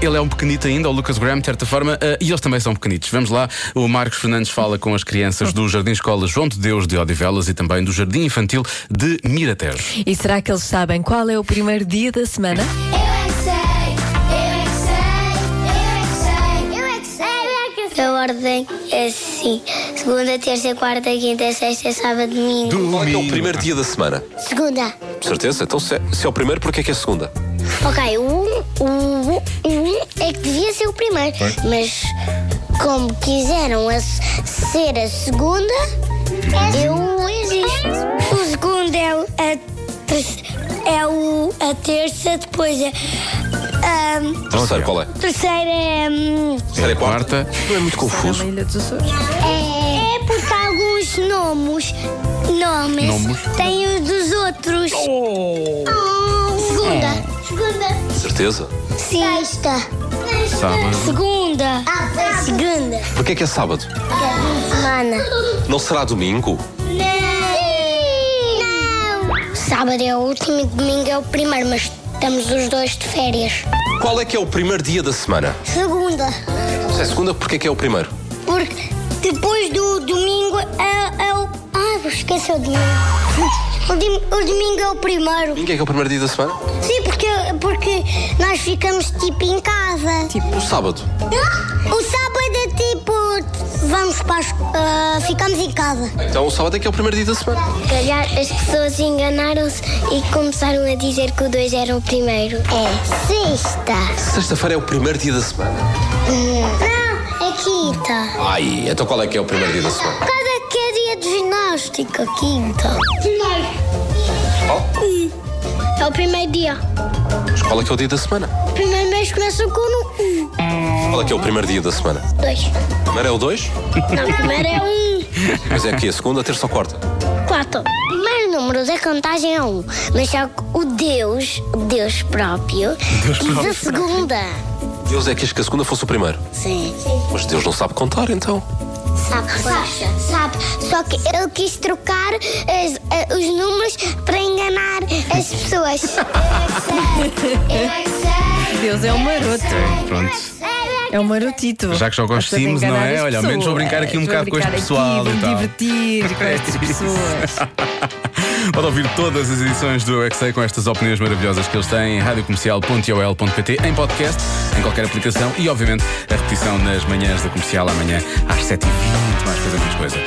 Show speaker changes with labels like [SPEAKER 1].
[SPEAKER 1] Ele é um pequenito ainda, o Lucas Graham, de certa forma, eh, e eles também são pequenitos. Vamos lá, o Marcos Fernandes fala com as crianças do Jardim Escola João de Deus de Odivelas e também do Jardim Infantil de Miratejo.
[SPEAKER 2] E será que eles sabem qual é o primeiro dia da semana?
[SPEAKER 3] Eu é que sei, eu é que sei, eu é que sei, eu é que sei, eu é que sei.
[SPEAKER 4] A ordem é assim: segunda, terça, quarta, quinta, sexta, sábado, domingo.
[SPEAKER 5] Qual é que é o primeiro dia da semana?
[SPEAKER 4] Segunda.
[SPEAKER 5] Com certeza? Então, se é, se é o primeiro, porquê é que é a segunda?
[SPEAKER 4] Ok, o 1 um, o um é que devia ser o primeiro, mas como quiseram a s- ser a segunda, eu existo. O segundo é o- a, ter- é o, a terça, depois é. ahm,
[SPEAKER 5] Terceiro,
[SPEAKER 1] Ok.
[SPEAKER 5] qual é?
[SPEAKER 4] o terceiro é. hum,
[SPEAKER 5] Terceiro é quarta.
[SPEAKER 1] Quarta,
[SPEAKER 5] Não é muito
[SPEAKER 2] Na
[SPEAKER 5] confuso.
[SPEAKER 2] Ilha dos Açores.
[SPEAKER 4] É, porque alguns nomes, nomes,
[SPEAKER 1] Nomes.
[SPEAKER 4] têm os dos outros. Oh, Segunda.
[SPEAKER 5] Com certeza.
[SPEAKER 4] Sexta.
[SPEAKER 1] sábado.
[SPEAKER 4] Segunda. Segunda.
[SPEAKER 5] Porquê é que é sábado?
[SPEAKER 4] Semana.
[SPEAKER 5] Não será domingo?
[SPEAKER 4] Não. Não. Sábado é o último e domingo é o primeiro, mas estamos os dois de férias.
[SPEAKER 5] Qual é que é o primeiro dia da semana?
[SPEAKER 4] Segunda.
[SPEAKER 5] Se é segunda, porquê é que é o primeiro?
[SPEAKER 4] Porque depois do domingo é, é o. Ah, esqueci o domingo. O, dim- o domingo é o primeiro.
[SPEAKER 5] Domingo é que é o primeiro dia da semana?
[SPEAKER 4] Sim, porque, porque nós ficamos tipo em casa.
[SPEAKER 5] O sábado.
[SPEAKER 4] O sábado é tipo. Vamos para as, ah, Ficamos em casa.
[SPEAKER 5] Então, o sábado é que é o primeiro dia da semana.
[SPEAKER 4] calhar as pessoas enganaram-se e começaram a dizer que o 2 era o primeiro. É sexta.
[SPEAKER 5] Sexta-feira é o primeiro dia da semana.
[SPEAKER 4] Não, é quinta.
[SPEAKER 5] Ai, então qual é que é o primeiro dia da semana?
[SPEAKER 4] Cada que é dia de ginástica, quinta.
[SPEAKER 5] Qual?
[SPEAKER 4] É o primeiro dia.
[SPEAKER 5] Mas qual é que é o dia da semana?
[SPEAKER 4] O primeiro mês começa com o um.
[SPEAKER 5] Qual é que é o primeiro dia da semana?
[SPEAKER 4] Dois.
[SPEAKER 5] Primeiro é o 2?
[SPEAKER 4] Não, o primeiro é um.
[SPEAKER 5] Mas é aqui a segunda, a terça ou a quarta?
[SPEAKER 4] Quatro. O primeiro número da contagem é um, mas só que o Deus, o Deus próprio, diz a segunda.
[SPEAKER 5] Deus é que quis que a segunda fosse o primeiro.
[SPEAKER 4] Sim.
[SPEAKER 5] Mas Deus não sabe contar, então.
[SPEAKER 4] Sabe, sabe, sabe. Só que ele quis trocar as- eh, os números para enganar as pessoas.
[SPEAKER 3] Eu é que sei,
[SPEAKER 2] Deus é um maroto.
[SPEAKER 1] Pronto.
[SPEAKER 2] É um marotito.
[SPEAKER 1] Já que joga aos
[SPEAKER 2] Gosta de
[SPEAKER 1] Sims,
[SPEAKER 2] enganar
[SPEAKER 1] não é?
[SPEAKER 2] as
[SPEAKER 1] Olha, ao menos vou brincar aqui um
[SPEAKER 2] pessoas.
[SPEAKER 1] bocado com este
[SPEAKER 2] brincar
[SPEAKER 1] pessoal e
[SPEAKER 2] Aqui,
[SPEAKER 1] tal.
[SPEAKER 2] vou me divertir com estas pessoas.
[SPEAKER 1] Pode ouvir todas as edições do XA com estas opiniões maravilhosas que eles têm em radiocomercial.ol.pt, em podcast, em qualquer aplicação e, obviamente, a repetição nas manhãs da comercial amanhã às 7h20. Mais coisa, mais coisa.